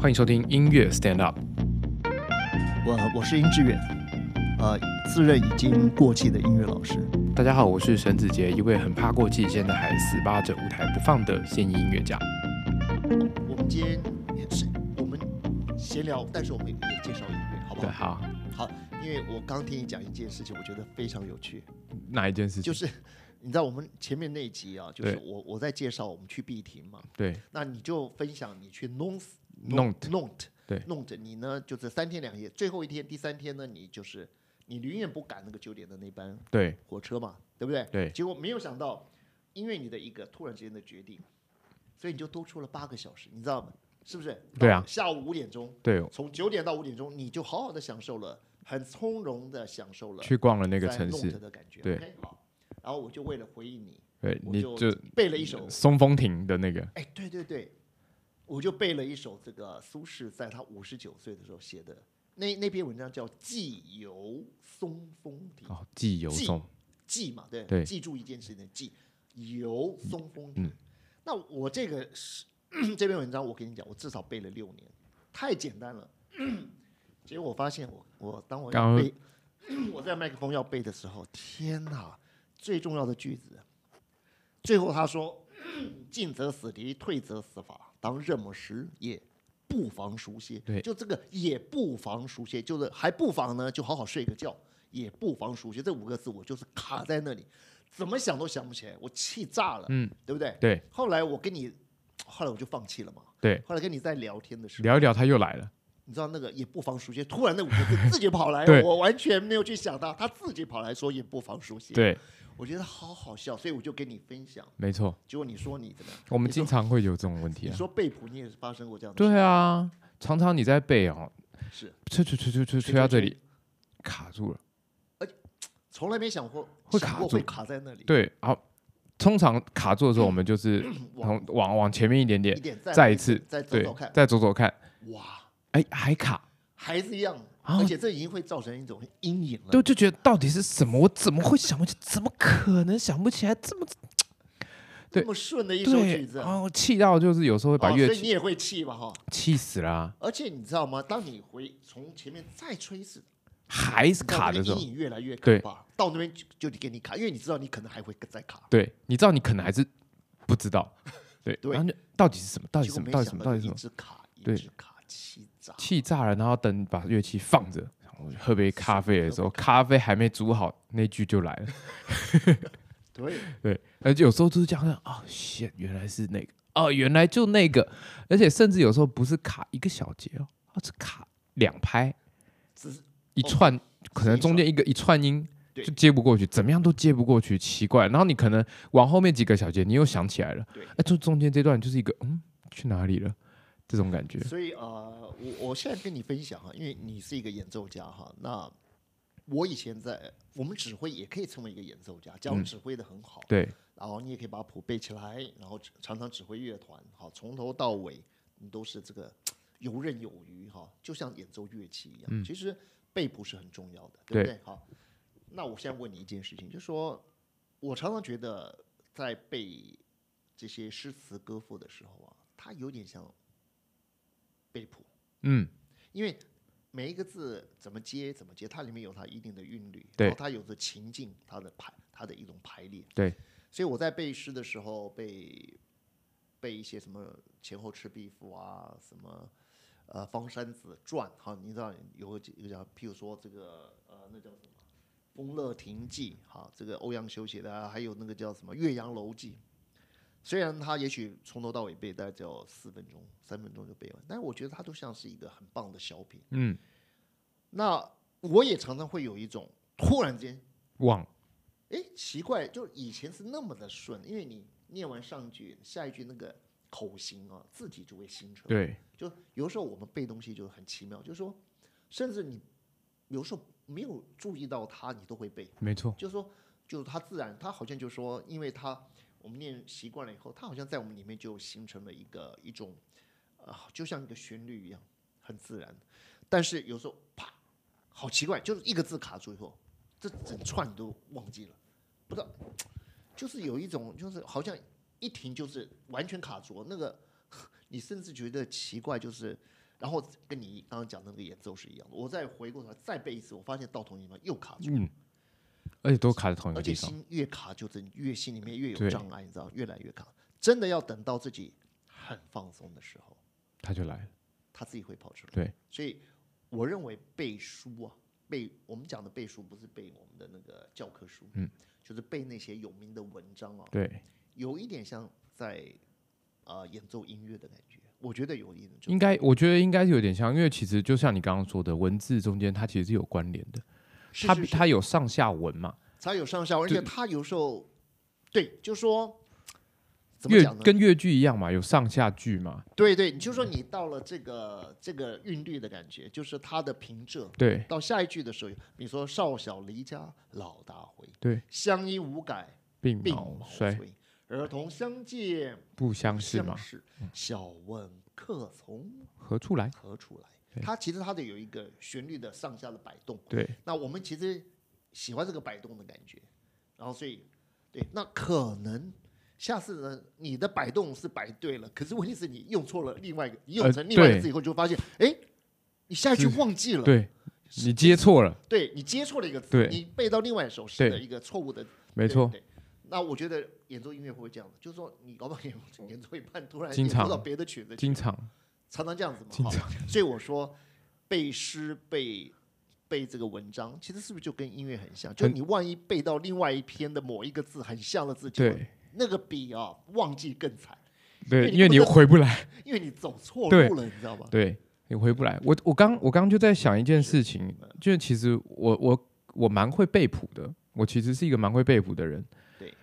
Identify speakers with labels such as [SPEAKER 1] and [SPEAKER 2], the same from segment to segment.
[SPEAKER 1] 欢迎收听音乐 Stand Up。
[SPEAKER 2] 我我是殷志远，呃，自认已经过气的音乐老师。
[SPEAKER 1] 大家好，我是沈子杰，一位很怕过气，现在还死扒着舞台不放的现役音乐家。
[SPEAKER 2] 我们今天也是我们闲聊，但是我们也介绍音乐，好不
[SPEAKER 1] 对，
[SPEAKER 2] 好？
[SPEAKER 1] 好，
[SPEAKER 2] 好，因为我刚听你讲一件事情，我觉得非常有趣，
[SPEAKER 1] 哪一件事情？
[SPEAKER 2] 就是你知道我们前面那一集啊，就是
[SPEAKER 1] 对
[SPEAKER 2] 我我在介绍我们去碧亭嘛，
[SPEAKER 1] 对，
[SPEAKER 2] 那你就分享你去弄
[SPEAKER 1] 弄
[SPEAKER 2] 弄
[SPEAKER 1] 对
[SPEAKER 2] 弄着你呢，就是三天两夜，最后一天第三天呢，你就是你永远不赶那个九点的那班
[SPEAKER 1] 对
[SPEAKER 2] 火车嘛，对不对？
[SPEAKER 1] 对
[SPEAKER 2] 结果没有想到，因为你的一个突然之间的决定，所以你就多出了八个小时，你知道吗？是不是？
[SPEAKER 1] 对啊，
[SPEAKER 2] 下午五点钟，
[SPEAKER 1] 对，
[SPEAKER 2] 从九点到五点钟，你就好好的享受了，很从容的享受了
[SPEAKER 1] 去逛了那个
[SPEAKER 2] 在
[SPEAKER 1] 城
[SPEAKER 2] 弄
[SPEAKER 1] 市
[SPEAKER 2] 着，的感觉。
[SPEAKER 1] 对
[SPEAKER 2] OK，好。然后我就为了回应你，
[SPEAKER 1] 对，
[SPEAKER 2] 我
[SPEAKER 1] 你
[SPEAKER 2] 就
[SPEAKER 1] 就
[SPEAKER 2] 背了一首，
[SPEAKER 1] 松风亭的那个，
[SPEAKER 2] 哎，对对对，我就背了一首这个苏轼在他五十九岁的时候写的那那篇文章叫《寄游松风亭》。
[SPEAKER 1] 哦，寄游
[SPEAKER 2] 寄
[SPEAKER 1] 松，
[SPEAKER 2] 记嘛，对，
[SPEAKER 1] 对嗯
[SPEAKER 2] 记住一件事情的记，游松风亭。那我这个是 这篇文章，我跟你讲，我至少背了六年，太简单了。 结果我发现我，我当我
[SPEAKER 1] 刚
[SPEAKER 2] 要背， 我在麦克风要背的时候，天哪！最重要的句子，最后他说：“进则死敌，退则死法。当任么时也不妨熟些。”
[SPEAKER 1] 对
[SPEAKER 2] 就这个也不妨熟些，就是还不妨呢，就好好睡个觉，也不妨熟些。这五个字我就是卡在那里，怎么想都想不起来，我气炸了，
[SPEAKER 1] 嗯，
[SPEAKER 2] 对不对？
[SPEAKER 1] 对
[SPEAKER 2] 后来我跟你，后来我就放弃了嘛。
[SPEAKER 1] 对，
[SPEAKER 2] 后来跟你在聊天的时候，
[SPEAKER 1] 聊一聊他又来了，
[SPEAKER 2] 你知道那个也不妨熟些，突然那五个字自己跑来
[SPEAKER 1] 对，
[SPEAKER 2] 我完全没有去想到，他自己跑来说也不妨熟些。
[SPEAKER 1] 对，
[SPEAKER 2] 我觉得好好笑，所以我就跟你分享。
[SPEAKER 1] 没错，
[SPEAKER 2] 结果你说你怎么样？
[SPEAKER 1] 我们
[SPEAKER 2] 你
[SPEAKER 1] 经
[SPEAKER 2] 说
[SPEAKER 1] 常会有这种问题
[SPEAKER 2] 你
[SPEAKER 1] 啊。
[SPEAKER 2] 说背谱，你也是发生过这样的事，
[SPEAKER 1] 对啊，常常你在背哦，
[SPEAKER 2] 是
[SPEAKER 1] 吹吹吹吹吹吹
[SPEAKER 2] 吹
[SPEAKER 1] 到这
[SPEAKER 2] 吹
[SPEAKER 1] 里卡住了。
[SPEAKER 2] 从来没想过
[SPEAKER 1] 会
[SPEAKER 2] 想
[SPEAKER 1] 卡
[SPEAKER 2] 过
[SPEAKER 1] 住
[SPEAKER 2] 会卡在那里。
[SPEAKER 1] 对，好，通常卡住的时候，我们 就是
[SPEAKER 2] 往
[SPEAKER 1] 从往往前面一点
[SPEAKER 2] 一
[SPEAKER 1] 点，
[SPEAKER 2] 点再
[SPEAKER 1] 再
[SPEAKER 2] 来
[SPEAKER 1] 一次，
[SPEAKER 2] 再走
[SPEAKER 1] 对
[SPEAKER 2] 走看，，
[SPEAKER 1] 再走走看，
[SPEAKER 2] 哇，
[SPEAKER 1] 哎，还卡，
[SPEAKER 2] 还是一样，
[SPEAKER 1] 啊
[SPEAKER 2] 而且这已经会造成一种阴影了。
[SPEAKER 1] 对，就觉得到底是什么？我怎么会想不起？怎么可能想不起来？这么对
[SPEAKER 2] 这么顺的一首曲
[SPEAKER 1] 对，
[SPEAKER 2] 子，
[SPEAKER 1] 然后气到就是有时候会把
[SPEAKER 2] 哦
[SPEAKER 1] 乐
[SPEAKER 2] 所以
[SPEAKER 1] 器
[SPEAKER 2] 你也会气吧哈。
[SPEAKER 1] 气死了啊，
[SPEAKER 2] 而且你知道吗？当你回从前面再吹一次，
[SPEAKER 1] 还是
[SPEAKER 2] 你知道
[SPEAKER 1] 卡
[SPEAKER 2] 那
[SPEAKER 1] 的
[SPEAKER 2] 个
[SPEAKER 1] 时候
[SPEAKER 2] 阴，影越来越可
[SPEAKER 1] 对
[SPEAKER 2] 怕，到那边就就得给你卡，因为你知道你可能还会再卡。
[SPEAKER 1] 对，你知道你可能还是不知道，对，
[SPEAKER 2] 对
[SPEAKER 1] 然后就到底是什么？到底
[SPEAKER 2] 结
[SPEAKER 1] 是
[SPEAKER 2] 果
[SPEAKER 1] 什么？
[SPEAKER 2] 没
[SPEAKER 1] 到底什么？到底
[SPEAKER 2] 想到你
[SPEAKER 1] 是
[SPEAKER 2] 一
[SPEAKER 1] 什么？
[SPEAKER 2] 直卡，一
[SPEAKER 1] 对
[SPEAKER 2] 直卡，气炸。
[SPEAKER 1] 气炸了，然后等把乐器放着，然后喝杯咖啡的时候，
[SPEAKER 2] 喝杯
[SPEAKER 1] 咖啡还没煮好，那句就来了。
[SPEAKER 2] 对，
[SPEAKER 1] 对，而且有时候就是这样看，哦，shit，原来是那个，哦，原来就那个，而且甚至有时候不是卡一个小节哦，它是卡两拍，
[SPEAKER 2] 只是
[SPEAKER 1] 一
[SPEAKER 2] 哦
[SPEAKER 1] 串，可
[SPEAKER 2] 是
[SPEAKER 1] 能
[SPEAKER 2] 一
[SPEAKER 1] 中间一个一串音
[SPEAKER 2] 对
[SPEAKER 1] 就接不过去，怎么样都接不过去，奇怪。然后你可能往后面几个小节，你又想起来了，
[SPEAKER 2] 对
[SPEAKER 1] 哎，就中间这段就是一个，嗯，去哪里了？这种感觉，
[SPEAKER 2] 所以呃，我我现在跟你分享哈，啊因为你是一个演奏家哈，那我以前在我们指挥也可以成为一个演奏家，只要指挥的很好，
[SPEAKER 1] 对
[SPEAKER 2] 然后你也可以把谱背起来，然后常常指挥乐团，好，从头到尾你都是这个游刃有余哈，就像演奏乐器一样。
[SPEAKER 1] 嗯
[SPEAKER 2] 其实背谱是很重要的，对不对？好，那我现在问你一件事情，就是说我常常觉得在背这些诗词歌赋的时候啊，它有点像背谱，
[SPEAKER 1] 嗯，
[SPEAKER 2] 因为每一个字怎么接怎么接，它里面有它一定的韵律，
[SPEAKER 1] 对
[SPEAKER 2] 然后它有着情境，它的排它的一种排列，
[SPEAKER 1] 对。
[SPEAKER 2] 所以我在背诗的时候背背一些什么前后赤壁赋啊，什么呃方山子传哈，你知道有个有个叫，譬如说这个呃那叫什么《风乐亭记》哈，这个欧阳修写的啊，还有那个叫什么《岳阳楼记》。虽然他也许从头到尾背，大概只有四分钟、三分钟就背完，但是我觉得他都像是一个很棒的小品。
[SPEAKER 1] 嗯，
[SPEAKER 2] 那我也常常会有一种突然间
[SPEAKER 1] 忘
[SPEAKER 2] 哎，奇怪，就以前是那么的顺，因为你念完上句，下一句那个口型啊，自己就会形成。，
[SPEAKER 1] 对
[SPEAKER 2] 就有时候我们背东西就很奇妙，就是说，甚至你有时候没有注意到它，你都会背。
[SPEAKER 1] 没错，
[SPEAKER 2] 就是说，就是它自然，它好像就是说，因为它我们念习惯了以后，它好像在我们里面就形成了一个一种啊、就像一个旋律一样，很自然。但是有时候啪，好奇怪，就是一个字卡住以后，这整串你都忘记了，不知道，就是有一种就是好像呃一停就是完全卡住那个，你甚至觉得奇怪，就是然后跟你刚刚讲的那个演奏是一样的。我再回过头来再背一次，我发现到同一地方又卡住，
[SPEAKER 1] 嗯，而且都卡在同一个
[SPEAKER 2] 而且
[SPEAKER 1] 地方，
[SPEAKER 2] 心越卡就真越心里面越有
[SPEAKER 1] 对
[SPEAKER 2] 障碍，你知道，越来越卡。真的要等到自己很放松的时候，
[SPEAKER 1] 他就来了。
[SPEAKER 2] 他自己会跑出来。
[SPEAKER 1] 对，
[SPEAKER 2] 所以我认为背书啊，背我们讲的背书不是背我们的那个教科书，嗯，就是背那些有名的文章啊，
[SPEAKER 1] 对，
[SPEAKER 2] 有一点像在呃演奏音乐的感觉，我觉得有一点这种
[SPEAKER 1] 应该我觉得应该是有点像，因为其实就像你刚刚说的，文字中间它其实是有关联的，
[SPEAKER 2] 是
[SPEAKER 1] 它
[SPEAKER 2] 是是
[SPEAKER 1] 它有上下文嘛，
[SPEAKER 2] 它有上下文，而
[SPEAKER 1] 对
[SPEAKER 2] 且它有时候对，就说怎么
[SPEAKER 1] 越
[SPEAKER 2] 讲呢？
[SPEAKER 1] 跟越剧一样嘛，有上下句嘛，
[SPEAKER 2] 对对，你就说你到了这个这个韵律的感觉，就是它的平仄。
[SPEAKER 1] 对
[SPEAKER 2] 到下一句的时候，比如说“少小离家老大回，
[SPEAKER 1] 对，
[SPEAKER 2] 相依无改
[SPEAKER 1] 鬓
[SPEAKER 2] 鬓
[SPEAKER 1] 毛
[SPEAKER 2] 毛
[SPEAKER 1] 衰
[SPEAKER 2] 衰，儿童相见
[SPEAKER 1] 不相
[SPEAKER 2] 不
[SPEAKER 1] 识嘛嗯
[SPEAKER 2] 相，识，笑问客从
[SPEAKER 1] 何处来？
[SPEAKER 2] 何处来。”它其实它的有一个旋律的上下的摆动，
[SPEAKER 1] 对，
[SPEAKER 2] 那我们其实喜欢这个摆动的感觉，然后所以对，那可能下次呢，你的摆动是摆对了，可是问题是你用错了另外一个，你用
[SPEAKER 1] 呃
[SPEAKER 2] 成另外一个
[SPEAKER 1] 对
[SPEAKER 2] 字以后，就发现，哎，你下一句忘记了，
[SPEAKER 1] 对你接错了，
[SPEAKER 2] 对你接错了一个词
[SPEAKER 1] 对，
[SPEAKER 2] 你背到另外一首诗的
[SPEAKER 1] 对
[SPEAKER 2] 一个错误的，
[SPEAKER 1] 没错，
[SPEAKER 2] 对。对那我觉得演奏音乐会不会这样子，就是说你搞不好演演奏一半，突然
[SPEAKER 1] 经
[SPEAKER 2] 演奏
[SPEAKER 1] 常
[SPEAKER 2] 到别的曲子去，
[SPEAKER 1] 经常
[SPEAKER 2] 常常这样子嘛，
[SPEAKER 1] 经
[SPEAKER 2] 哈
[SPEAKER 1] 常
[SPEAKER 2] 所以我说背诗背背这个文章，其实是不是就跟音乐很像？就
[SPEAKER 1] 很
[SPEAKER 2] 你万一背到另外一篇的某一个字很像的字，结果
[SPEAKER 1] 对
[SPEAKER 2] 那个比啊忘记更惨，
[SPEAKER 1] 对，
[SPEAKER 2] 因
[SPEAKER 1] 因为
[SPEAKER 2] 为你
[SPEAKER 1] 你
[SPEAKER 2] 不得
[SPEAKER 1] 回不来，
[SPEAKER 2] 因为你走错
[SPEAKER 1] 对
[SPEAKER 2] 路了，你知道吗？
[SPEAKER 1] 对你回不来。我我刚我刚就在想一件事情，就其实我我我蛮会背谱的，我其实是一个蛮会背谱的人。
[SPEAKER 2] 对，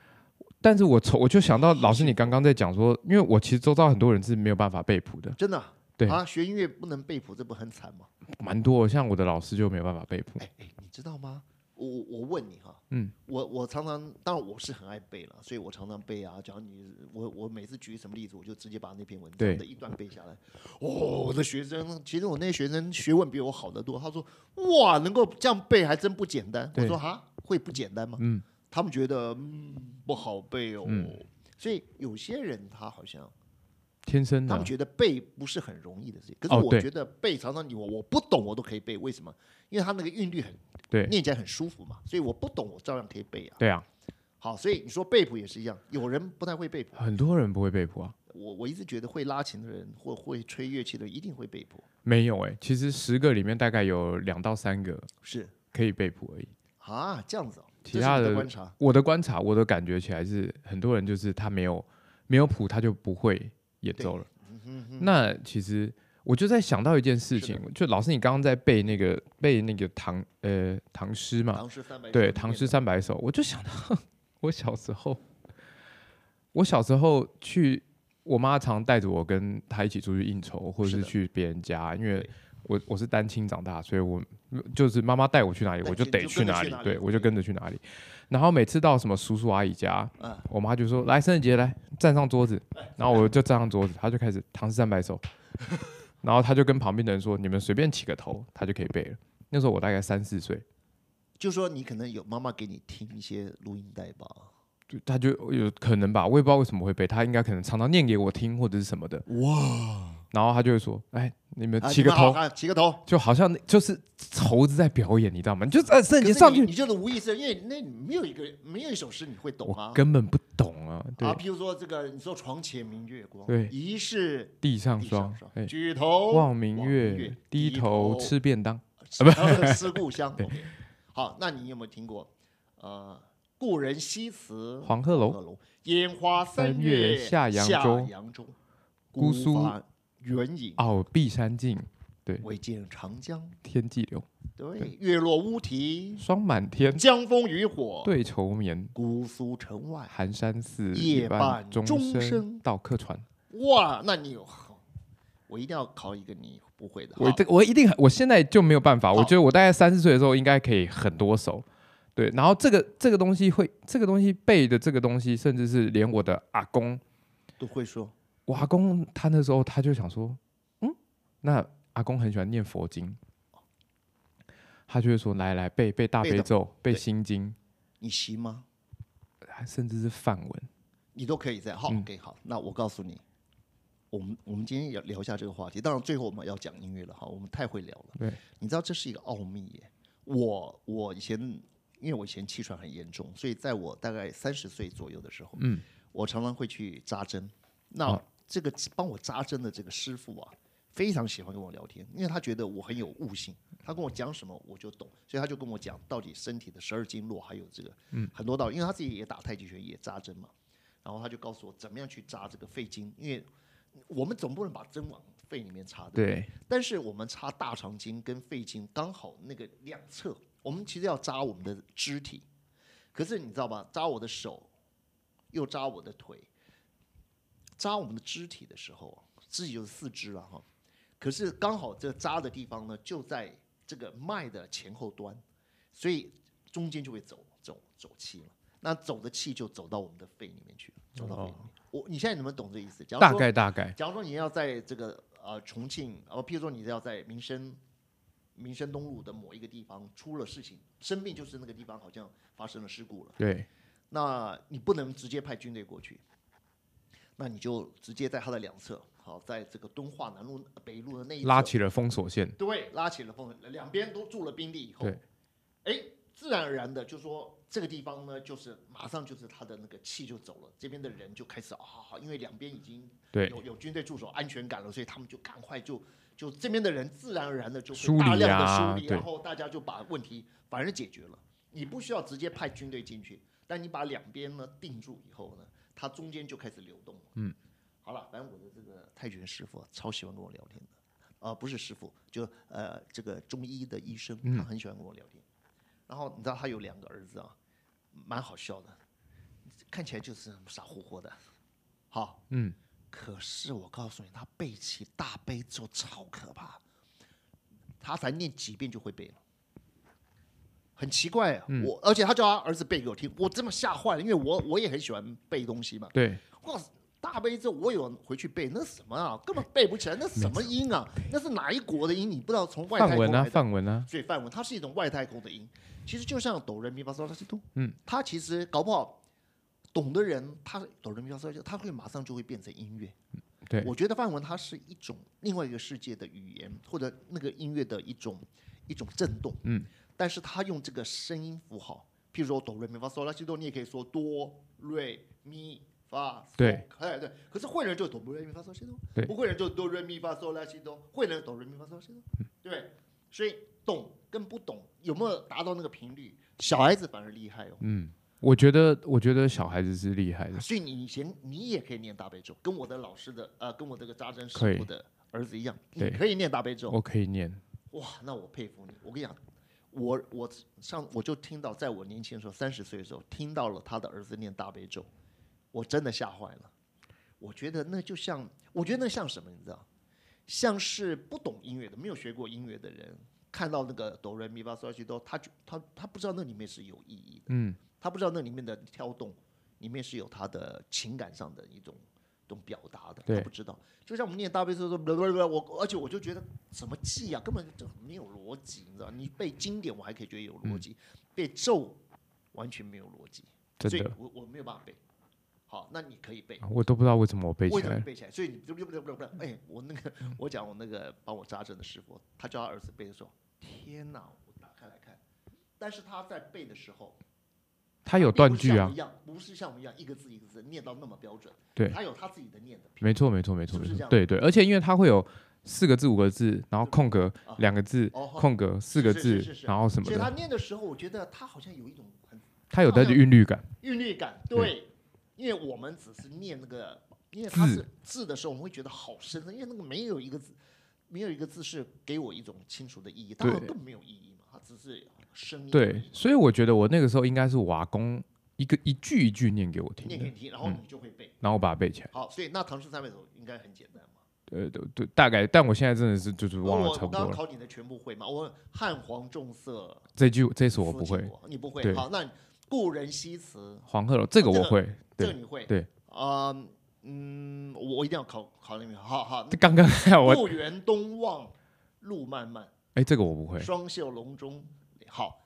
[SPEAKER 1] 但是我从我就想到老师你刚刚在讲说，因为我其实周遭很多人是没有办法背谱的，
[SPEAKER 2] 真的啊
[SPEAKER 1] 对
[SPEAKER 2] 啊，学音乐不能背谱，这不很惨吗？
[SPEAKER 1] 蛮多，像我的老师就没有办法背谱。
[SPEAKER 2] 你知道吗？我我我问你哈，
[SPEAKER 1] 嗯，
[SPEAKER 2] 我我常常，当然我是很爱背了，所以我常常背啊。假如你我我每次举什么例子，我就直接把那篇文章
[SPEAKER 1] 对
[SPEAKER 2] 的一段背下来。哦，我的学生，其实我那些学生学问比我好得多。他说哇，能够这样背还真不简单。我
[SPEAKER 1] 对
[SPEAKER 2] 说哈，会不简单吗？
[SPEAKER 1] 嗯，
[SPEAKER 2] 他们觉得嗯不好背哦。
[SPEAKER 1] 嗯
[SPEAKER 2] 所以有些人他好像
[SPEAKER 1] 天生的
[SPEAKER 2] 他
[SPEAKER 1] 啊
[SPEAKER 2] 们，觉得背不是很容易的事情，可是
[SPEAKER 1] 哦
[SPEAKER 2] 我
[SPEAKER 1] 对
[SPEAKER 2] 觉得背常常你我我不懂我都可以背，为什么？因为他那个韵律很
[SPEAKER 1] 对
[SPEAKER 2] 念起来很舒服嘛，所以我不懂，我照样可以背啊。
[SPEAKER 1] 对啊，
[SPEAKER 2] 好，所以你说背谱也是一样，有人不太会背谱，
[SPEAKER 1] 很多人不会背谱啊。
[SPEAKER 2] 我我一直觉得会拉琴的人或会吹乐器的人一定会背谱，
[SPEAKER 1] 没有哎、其实十个里面大概有两到三个
[SPEAKER 2] 是
[SPEAKER 1] 可以背谱而已。
[SPEAKER 2] 啊，这样子、哦，
[SPEAKER 1] 其
[SPEAKER 2] 这是
[SPEAKER 1] 他
[SPEAKER 2] 你的
[SPEAKER 1] 的啊
[SPEAKER 2] 观察
[SPEAKER 1] 我的观察，我的感觉起来是，很多人就是他没有没有谱，他就不会演奏了。那其实我就在想到一件事情，就老师你刚刚在背那个背那个唐呃唐诗嘛，
[SPEAKER 2] 唐诗三百首里
[SPEAKER 1] 对《
[SPEAKER 2] 面
[SPEAKER 1] 唐
[SPEAKER 2] 的
[SPEAKER 1] 诗三百首》，我就想到我小时候，我小时候去，我妈常带着我跟她一起出去应酬，或者
[SPEAKER 2] 是
[SPEAKER 1] 是
[SPEAKER 2] 的
[SPEAKER 1] 去别人家，因为
[SPEAKER 2] 对
[SPEAKER 1] 我我是单亲长大，所以我就是妈妈带我去哪里，
[SPEAKER 2] 那
[SPEAKER 1] 我
[SPEAKER 2] 你就
[SPEAKER 1] 得
[SPEAKER 2] 你就
[SPEAKER 1] 去
[SPEAKER 2] 跟着
[SPEAKER 1] 哪
[SPEAKER 2] 去
[SPEAKER 1] 里
[SPEAKER 2] 哪，里
[SPEAKER 1] 对我就跟着去哪里。然后每次到什么叔叔阿姨家，
[SPEAKER 2] 嗯
[SPEAKER 1] 我妈就说：“来，圣人节来，站上桌子。”然后我就站上桌子，她就开始《唐诗三百首》， 然后她就跟旁边的人说：“你们随便起个头，她就可以背了。”那时候我大概三四岁，
[SPEAKER 2] 就说你可能有妈妈给你听一些录音带吧，
[SPEAKER 1] 就他就有可能吧，我也不知道为什么会背，他应该可能常常念给我听或者是什么的。哇！然后他就会说：“哎，你们
[SPEAKER 2] 啊
[SPEAKER 1] 起个
[SPEAKER 2] 你们好
[SPEAKER 1] 头，
[SPEAKER 2] 啊，起个头。
[SPEAKER 1] 就好像就是猴子在表演，你知道吗？你就哎，圣
[SPEAKER 2] 可
[SPEAKER 1] 杰
[SPEAKER 2] 是
[SPEAKER 1] 上
[SPEAKER 2] 你
[SPEAKER 1] 去，
[SPEAKER 2] 你就是无意识，因为那你没有一个没有一首诗你会懂
[SPEAKER 1] 我
[SPEAKER 2] 啊。
[SPEAKER 1] 根本不懂啊。对，
[SPEAKER 2] 啊，譬如说这个，你说“床前明月光”，
[SPEAKER 1] 对
[SPEAKER 2] 疑是
[SPEAKER 1] 地上
[SPEAKER 2] 地上
[SPEAKER 1] 霜，
[SPEAKER 2] 霜，
[SPEAKER 1] 哎，
[SPEAKER 2] 举头
[SPEAKER 1] 望明
[SPEAKER 2] 月
[SPEAKER 1] 月，，低头吃便当。
[SPEAKER 2] 啊，不思故乡。
[SPEAKER 1] 对
[SPEAKER 2] OK 好，那你有没有听过？呃，故人西辞
[SPEAKER 1] 黄鹤楼，
[SPEAKER 2] 嗯楼，烟花三
[SPEAKER 1] 三月下扬州
[SPEAKER 2] 扬州
[SPEAKER 1] 姑苏
[SPEAKER 2] 伐远影，
[SPEAKER 1] 哦，碧山尽，
[SPEAKER 2] 唯见长江。
[SPEAKER 1] 天际流，
[SPEAKER 2] 对
[SPEAKER 1] 对，
[SPEAKER 2] 月落乌啼，
[SPEAKER 1] 霜满天，
[SPEAKER 2] 江枫渔火。
[SPEAKER 1] 对愁眠。
[SPEAKER 2] 姑苏城外。
[SPEAKER 1] 寒山寺，
[SPEAKER 2] 夜
[SPEAKER 1] 夜半
[SPEAKER 2] 半
[SPEAKER 1] 钟
[SPEAKER 2] 钟声
[SPEAKER 1] 声到客船。
[SPEAKER 2] 哇，那你有，我一定要考一个你不会的。
[SPEAKER 1] 我
[SPEAKER 2] 好
[SPEAKER 1] 这我一定很，我现在就没有办法。
[SPEAKER 2] 好
[SPEAKER 1] 我觉得我大概三十岁的时候应该可以很多首，对。然后这个这个东西会，这个东西背的这个东西，甚至是连我的阿公，
[SPEAKER 2] 都会说，
[SPEAKER 1] 我阿公他那时候他就想说，嗯，那阿公很喜欢念佛经，他就会说来来背背大
[SPEAKER 2] 背
[SPEAKER 1] 悲
[SPEAKER 2] 的
[SPEAKER 1] 咒，背
[SPEAKER 2] 对
[SPEAKER 1] 心经，
[SPEAKER 2] 你行吗？
[SPEAKER 1] 甚至是梵文。
[SPEAKER 2] 你都可以这样。好
[SPEAKER 1] 嗯
[SPEAKER 2] ，OK，好，那我告诉你，我们我们今天也聊一下这个话题。当然，最后我们要讲音乐了哈，我们太会聊了。
[SPEAKER 1] 对，
[SPEAKER 2] 你知道这是一个奥秘耶。我我以前因为我以前气喘很严重，所以在我大概三十岁左右的时候，
[SPEAKER 1] 嗯，
[SPEAKER 2] 我常常会去扎针。那
[SPEAKER 1] 哦
[SPEAKER 2] 这个帮我扎针的这个师傅啊，非常喜欢跟我聊天，因为他觉得我很有悟性，他跟我讲什么我就懂，所以他就跟我讲到底身体的十二经络还有这个很多道理，因为他自己也打太极拳也扎针嘛，然后他就告诉我怎么样去扎这个肺经，因为我们总不能把针往肺里面插的，
[SPEAKER 1] 对，
[SPEAKER 2] 但是我们插大肠经跟肺经刚好那个两侧，我们其实要扎我们的肢体，可是你知道吧？扎我的手，又扎我的腿，扎我们的肢体的时候，肢体就是四肢了哈。可是刚好这扎的地方呢，就在这个脉的前后端，所以中间就会走走走气了。那走的气就走到我们的肺里面去了，走到肺里面。我你现在能不能懂这意思？假如
[SPEAKER 1] 大
[SPEAKER 2] 说
[SPEAKER 1] 概大概，
[SPEAKER 2] 假如说你要在这个呃重庆，呃，譬如说你要在民生民生东路的某一个地方出了事情，生病就是那个地方好像发生了事故了，
[SPEAKER 1] 对，
[SPEAKER 2] 那你不能直接派军队过去，那你就直接在它的两侧，好，在这个敦化南路呃北路的那一侧
[SPEAKER 1] 拉起了封锁线，
[SPEAKER 2] 对，拉起了风，两边都驻了兵力以后
[SPEAKER 1] 对，
[SPEAKER 2] 哎，自然而然的就说这个地方呢，就是马上就是他的那个气就走了，这边的人就开始啊，因为两边已经
[SPEAKER 1] 对
[SPEAKER 2] 有有军队驻守安全感了，所以他们就赶快就就这边的人自然而然的就会
[SPEAKER 1] 梳理
[SPEAKER 2] 大量的
[SPEAKER 1] 啊
[SPEAKER 2] 梳理，
[SPEAKER 1] 对
[SPEAKER 2] 然后大家就把问题反而解决了。你不需要直接派军队进去，但你把两边呢定住以后呢，它中间就开始流动了。嗯，好了，反正我的这个泰拳师傅、啊、超喜欢跟我聊天的，啊、不是师傅，就呃这个中医的医生，
[SPEAKER 1] 嗯
[SPEAKER 2] 他很喜欢跟我聊天。然后你知道他有两个儿子啊，蛮好笑的，看起来就是傻乎乎的，好，
[SPEAKER 1] 嗯，
[SPEAKER 2] 可是我告诉你，他背起大悲咒超可怕，他才念几遍就会背了，很奇怪、啊。
[SPEAKER 1] 嗯
[SPEAKER 2] 我而且他叫他儿子背给我听，我真的吓坏了，因为我我也很喜欢背东西嘛。
[SPEAKER 1] 对，
[SPEAKER 2] 哇，大悲咒我有回去背，那什么啊，根本背不起来，那什么 音啊？那是哪一国的音？你不知道从外太
[SPEAKER 1] 范
[SPEAKER 2] 空
[SPEAKER 1] 文啊，
[SPEAKER 2] 来的。
[SPEAKER 1] 范文啊，
[SPEAKER 2] 所以梵文它是一种外太空的音，其实就像哆来咪发嗦拉西哆，
[SPEAKER 1] 嗯，
[SPEAKER 2] 它其实搞不好懂的人，他哆来咪发嗦拉西哆，他会马上就会变成音乐。
[SPEAKER 1] 对
[SPEAKER 2] 我觉得梵文它是一种另外一个世界的语言，或者那个音乐的一种一种震动，
[SPEAKER 1] 嗯，
[SPEAKER 2] 但是他用这个声音符号，譬如说哆来咪发嗦拉西哆，你也可以说哆瑞咪发。
[SPEAKER 1] 对，
[SPEAKER 2] 哎对，可是会的人就哆瑞咪发嗦拉西哆，
[SPEAKER 1] 对
[SPEAKER 2] 不会的人就哆瑞咪发嗦拉西哆，会的人哆瑞咪发嗦拉西哆，
[SPEAKER 1] 嗯
[SPEAKER 2] 对，所以懂跟不懂有没有达到那个频率，小孩子反而厉害哦。
[SPEAKER 1] 嗯，我觉得我觉得小孩子是厉害的，
[SPEAKER 2] 啊所以你以前你也可以念大悲咒，跟我的老师的呃，跟我这个扎针
[SPEAKER 1] 可
[SPEAKER 2] 师
[SPEAKER 1] 以
[SPEAKER 2] 傅的儿子一样，你
[SPEAKER 1] 对
[SPEAKER 2] 可以念大悲咒。
[SPEAKER 1] 我可以念，
[SPEAKER 2] 哇，那我佩服你。我跟你讲，我我上我就听到，在我年轻的时候，三十岁的时候，听到了他的儿子念大悲咒，我真的吓坏了。我觉得那就像，我觉得那像什么，你知道？像是不懂音乐的、没有学过音乐的人，看到那个哆来咪发嗦拉西哆，他就他他不知道那里面是有意义的。
[SPEAKER 1] 嗯，
[SPEAKER 2] 他不知道那里面的跳动，里面是有他的情感上的一种一种表达的，
[SPEAKER 1] 对
[SPEAKER 2] 他不知道。就像我们念大悲咒说，不不不，我而且我就觉得什么记啊，根本就没有逻辑，你知道？你背经典我还可以觉得有
[SPEAKER 1] 嗯
[SPEAKER 2] 逻辑，背咒完全没有逻辑，
[SPEAKER 1] 真
[SPEAKER 2] 所以
[SPEAKER 1] 的，啊
[SPEAKER 2] 我我没有办法背。好，那你可以背。
[SPEAKER 1] 我都不知道为什么我背起
[SPEAKER 2] 我已经
[SPEAKER 1] 来，
[SPEAKER 2] 背起来，所以你不不不不不，哎，我那个我讲我那个帮我扎针的师傅，他叫他儿子背的时候，天哪！我打开来看，但是他在背的时候，
[SPEAKER 1] 他有断
[SPEAKER 2] 并
[SPEAKER 1] 句
[SPEAKER 2] 不像我
[SPEAKER 1] 啊
[SPEAKER 2] 们一，样，不是像我们一样一个字一个字念到那么标准，
[SPEAKER 1] 对
[SPEAKER 2] 他有他自己的念的频
[SPEAKER 1] 没错没错没错
[SPEAKER 2] 是不
[SPEAKER 1] 没
[SPEAKER 2] 是这
[SPEAKER 1] 错，
[SPEAKER 2] 样
[SPEAKER 1] 对对，而且因为它会有四个字五个字，然后空格
[SPEAKER 2] 啊
[SPEAKER 1] 两个字，
[SPEAKER 2] 哦，
[SPEAKER 1] 空格四个
[SPEAKER 2] 是是
[SPEAKER 1] 字
[SPEAKER 2] 是，是
[SPEAKER 1] 然后什么
[SPEAKER 2] 所以他
[SPEAKER 1] 的，
[SPEAKER 2] 念的时候，我觉得他好像有一种很
[SPEAKER 1] 它有它
[SPEAKER 2] 好
[SPEAKER 1] 的
[SPEAKER 2] 像
[SPEAKER 1] 韵律感，
[SPEAKER 2] 韵律感，
[SPEAKER 1] 嗯
[SPEAKER 2] 对，因为我们只是念那个，因为他
[SPEAKER 1] 字
[SPEAKER 2] 是字的时候，我们会觉得好深深，因为那个没有一个字，没有一个字是给我一种清楚的意义，当然
[SPEAKER 1] 对
[SPEAKER 2] 更没有意义嘛，它只是声音而已
[SPEAKER 1] 对，所以我觉得我那个时候应该是我阿公一个一句一句念给我听
[SPEAKER 2] 念
[SPEAKER 1] 的嗯
[SPEAKER 2] 给，你听，然后你就会背。
[SPEAKER 1] 然后我把它背起来，
[SPEAKER 2] 好，所以那唐诗三百首应该很简单嘛。
[SPEAKER 1] 呃，对对，大概，但我现在真的是就是
[SPEAKER 2] 呃
[SPEAKER 1] 忘
[SPEAKER 2] 我
[SPEAKER 1] 了
[SPEAKER 2] 我
[SPEAKER 1] 差不
[SPEAKER 2] 刚
[SPEAKER 1] 多
[SPEAKER 2] 刚
[SPEAKER 1] 了，
[SPEAKER 2] 考你的全部会嘛？我汉皇重色
[SPEAKER 1] 这句这首我
[SPEAKER 2] 夫
[SPEAKER 1] 不
[SPEAKER 2] 妻
[SPEAKER 1] 会，
[SPEAKER 2] 国，你不会。
[SPEAKER 1] 对
[SPEAKER 2] 好，那故人西辞，
[SPEAKER 1] 黄鹤楼这个
[SPEAKER 2] 哦这
[SPEAKER 1] 我
[SPEAKER 2] 个
[SPEAKER 1] 会，
[SPEAKER 2] 这个
[SPEAKER 1] 对，
[SPEAKER 2] 你会？
[SPEAKER 1] 对。
[SPEAKER 2] 啊，嗯，我我一定要考考你们。好好，
[SPEAKER 1] 刚 刚哦我
[SPEAKER 2] 故园东望路漫漫，
[SPEAKER 1] 哎这个我不会，
[SPEAKER 2] 双袖龙钟。好，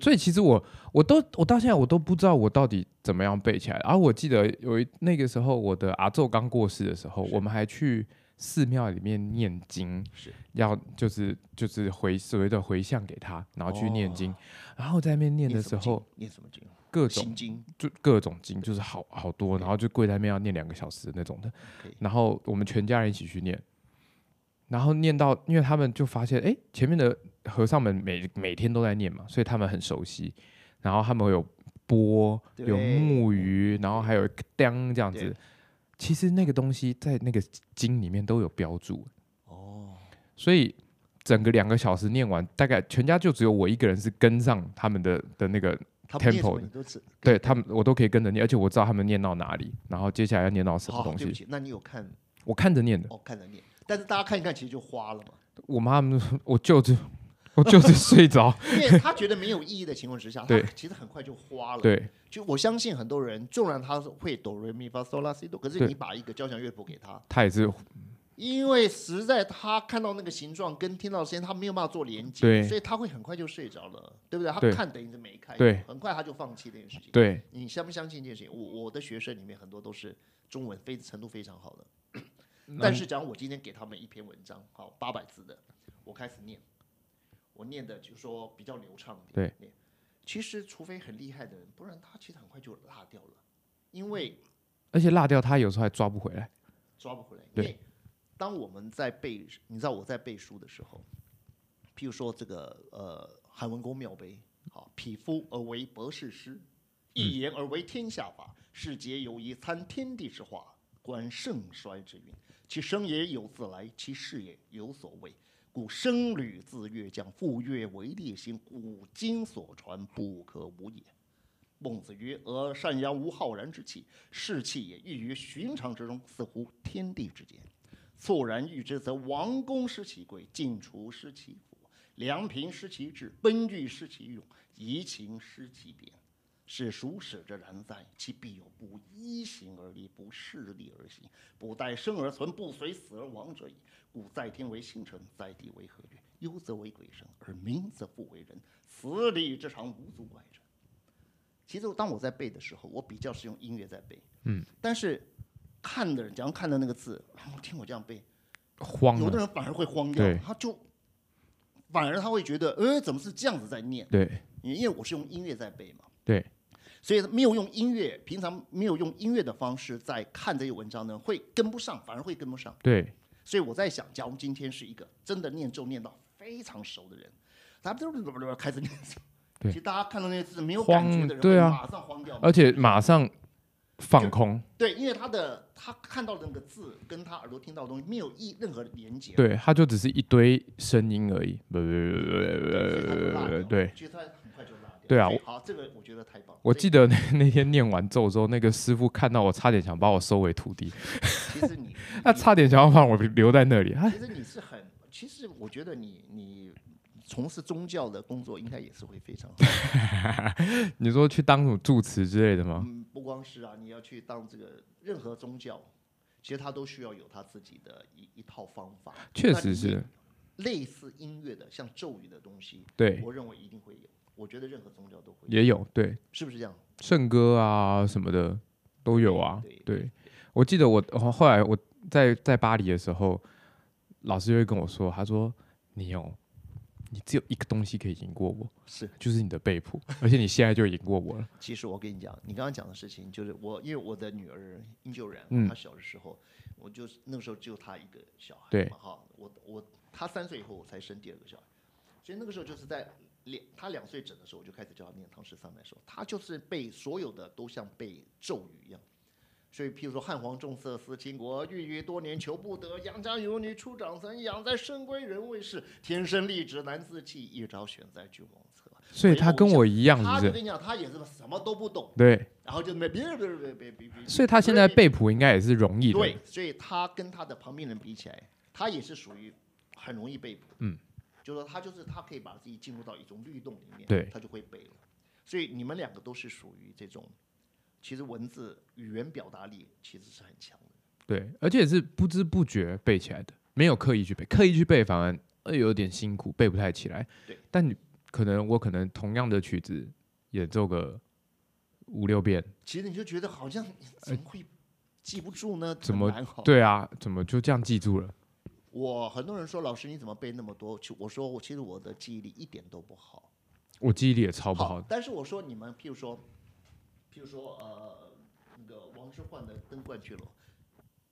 [SPEAKER 1] 所以其实我我都我到现在我都不知道我到底怎么样背起来。而、我记得有一那个时候我的阿昼刚过世的时候，
[SPEAKER 2] 是
[SPEAKER 1] 我们还去寺庙里面念经，
[SPEAKER 2] 是
[SPEAKER 1] 要就是就是回所谓的回向给他，然后去念经。
[SPEAKER 2] 哦
[SPEAKER 1] 然后在那边念的时候，
[SPEAKER 2] 念什么经？念
[SPEAKER 1] 各
[SPEAKER 2] 什么经
[SPEAKER 1] 种
[SPEAKER 2] 心经
[SPEAKER 1] 就各种经就是好好多，然后就跪在那边要念两个小时的那种的
[SPEAKER 2] OK。
[SPEAKER 1] 然后我们全家人一起去念，然后念到，因为他们就发现，哎，前面的和尚们每每天都在念嘛，所以他们很熟悉。然后他们有钵，
[SPEAKER 2] 对
[SPEAKER 1] 有木鱼，然后还有一个当这样子
[SPEAKER 2] 对。
[SPEAKER 1] 其实那个东西在那个经里面都有标注，
[SPEAKER 2] 哦，
[SPEAKER 1] 所以整个两个小时念完，大概全家就只有我一个人是跟上他们的的那个
[SPEAKER 2] 他们念什
[SPEAKER 1] Tempo
[SPEAKER 2] 么你都知
[SPEAKER 1] 对他们，我都可以跟着念，而且我知道他们念到哪里，然后接下来要念到什么
[SPEAKER 2] 好，
[SPEAKER 1] 东
[SPEAKER 2] 哦对不
[SPEAKER 1] 西，
[SPEAKER 2] 起，那你有看
[SPEAKER 1] 我看着念的。
[SPEAKER 2] 哦，看着念，但是大家看一看，其实就 花了嘛，
[SPEAKER 1] 我妈妈说，我就是我就是睡 着，
[SPEAKER 2] 因为他觉得没有意义的情况之下，他
[SPEAKER 1] 对
[SPEAKER 2] 其实很快就花了。，
[SPEAKER 1] 对
[SPEAKER 2] 就我相信很多人，纵然他会哆瑞咪发嗦拉西哆，可是
[SPEAKER 1] 对
[SPEAKER 2] 你把一个交响乐谱给他，
[SPEAKER 1] 她也是
[SPEAKER 2] 因为实在他看到那个形状跟听到声音，他没有办法做连接，
[SPEAKER 1] 对
[SPEAKER 2] 所以他会很快就睡着了，对不对？他
[SPEAKER 1] 对
[SPEAKER 2] 看等于是没看，
[SPEAKER 1] 对
[SPEAKER 2] 很快他就放弃这件事情。
[SPEAKER 1] 对
[SPEAKER 2] 你相不相信这件事情？我我的学生里面很多都是中文非程度非常好的，
[SPEAKER 1] 嗯
[SPEAKER 2] 但是假如我今天给他们一篇文章，好八百字的，我开始念，我念的就说比较流畅一点。对，其实除非很厉害的人，不然他其实很快就落掉了，因为
[SPEAKER 1] 而且落掉她有时候还抓不回来。
[SPEAKER 2] 抓不回来。因
[SPEAKER 1] 对
[SPEAKER 2] 为当我们在背，你知道我在背书的时候，譬如说这个呃韩文公庙碑，好，匹夫而为博士师，一言而为天下法，世节犹疑参天地之化，观盛衰之运，其生也有自来，其事也有所为。故生履自乐将，复乐为烈心，古今所传，不可无也。孟子曰：“而善扬无浩然之气，士气也寓于寻常之中，似乎天地之间。猝然遇之，则王公失其贵，晋厨失其府，梁平失其志，奔踞失其勇，移情失其变。是孰使之然哉？其必有不依行而立，不势利而行，不待生而存，不随死而亡者矣。故在天为星辰，在地为和月，忧则为鬼神，而民则不为人。此理之常，无足怪之。”其实当我在背的时候，我比较是用音乐在背，嗯，但是看的人，假如看到那个字，然后听我这样背，
[SPEAKER 1] 慌
[SPEAKER 2] 有的
[SPEAKER 1] 了，
[SPEAKER 2] 人反而会慌掉
[SPEAKER 1] 对，
[SPEAKER 2] 他就反而他会觉得，呃，怎么是这样子在念？
[SPEAKER 1] 对
[SPEAKER 2] 因为我是用音乐在背嘛，
[SPEAKER 1] 对，
[SPEAKER 2] 所以没有用音乐，平常没有用音乐的方式在看这些文章呢，会跟不上，反而会跟不上。
[SPEAKER 1] 对
[SPEAKER 2] 所以我在想，假如今天是一个真的念咒念到非常熟的人，他不不不开始念咒，
[SPEAKER 1] 对
[SPEAKER 2] 其实大家看到那些字没有感觉的
[SPEAKER 1] 慌
[SPEAKER 2] 人，
[SPEAKER 1] 对啊
[SPEAKER 2] 会马上慌掉嘛。
[SPEAKER 1] 而且马上放空，
[SPEAKER 2] 对，因为他的他看到的那个字跟他耳朵听到的东西没有一任何连接，
[SPEAKER 1] 对，她就只是一堆声音而 已。不
[SPEAKER 2] 所以他就落掉
[SPEAKER 1] 不不
[SPEAKER 2] 了
[SPEAKER 1] 不，呃对。
[SPEAKER 2] 其实他很快就落掉。
[SPEAKER 1] 对啊
[SPEAKER 2] 所以好，这个我觉得太棒了。
[SPEAKER 1] 我记得那那天念完咒之后，那个师傅看到我，差点想把我收为徒弟，
[SPEAKER 2] 所以其实 你，
[SPEAKER 1] 他差点想要把我留在那里。 哎他
[SPEAKER 2] 其实你是很，其实我觉得你你从事宗教的工作应该也是会非常好。
[SPEAKER 1] 你说去当什么住持之类的吗？
[SPEAKER 2] 嗯，不光是啊，你要去当这个任何宗教，其实他都需要有他自己的一一套方法。
[SPEAKER 1] 确
[SPEAKER 2] 那
[SPEAKER 1] 实
[SPEAKER 2] 你
[SPEAKER 1] 是，
[SPEAKER 2] 类似音乐的，像咒语的东西，
[SPEAKER 1] 对，
[SPEAKER 2] 我认为一定会有。我觉得任何宗教都会有，
[SPEAKER 1] 也有对
[SPEAKER 2] 是不是这样？
[SPEAKER 1] 圣歌啊什么的都有啊
[SPEAKER 2] 对。
[SPEAKER 1] 对，我记得我后后来我在在巴黎的时候，老师就会跟我说，他说你哦，你只有一个东西可以赢过我，
[SPEAKER 2] 是。
[SPEAKER 1] 就是你的背谱，而且你现在就赢过我了。
[SPEAKER 2] 其实我跟你讲，你刚刚讲的事情，就是我因为我的女儿殷秀然，
[SPEAKER 1] 嗯
[SPEAKER 2] 她小的时候，我就是那个时候只有她一个小孩
[SPEAKER 1] 对
[SPEAKER 2] 嘛，哈，我我她三岁以后我才生第二个小孩，所以那个时候就是在两她两岁整的时候，我就开始教她念唐诗三百首，她就是背所有的都像背咒语一样。所以，譬如说“汉皇重色思倾国，郁郁多年求不得。杨家有女初长成，养在深闺人未识。天生丽质难自弃，一朝选在君王侧。”
[SPEAKER 1] 所以他跟我一样，是
[SPEAKER 2] 他
[SPEAKER 1] 不？
[SPEAKER 2] 就是跟你讲，他也是什么都不懂，
[SPEAKER 1] 对，
[SPEAKER 2] 然后就没别别别别别别。
[SPEAKER 1] 所以他现在背谱应该也是容易的。
[SPEAKER 2] 对，所以他跟他的旁边人比起来，他也是属于很容易背谱。
[SPEAKER 1] 嗯，
[SPEAKER 2] 就说他就是他可以把自己进入到一种律动里面，
[SPEAKER 1] 对
[SPEAKER 2] 他就会背了。所以你们两个都是属于这种，其实文字语言表达力其实是很强的。
[SPEAKER 1] 对，而且是不知不觉背起来的，没有刻意去背，刻意去背反而呃有点辛苦，背不太起来。
[SPEAKER 2] 对，
[SPEAKER 1] 但你可能我可能同样的曲子演奏个五六遍，
[SPEAKER 2] 其实你就觉得好像怎么会记不住呢？
[SPEAKER 1] 哎怎么
[SPEAKER 2] 很难哦
[SPEAKER 1] 对啊，怎么就这样记住了？
[SPEAKER 2] 我很多人说老师你怎么背那么多？其我说我其实我的记忆力一点都不好。
[SPEAKER 1] 我记忆力也超不好，
[SPEAKER 2] 但是我说你们，譬如说，譬如说呃，那个王之涣的《登鹳雀楼》，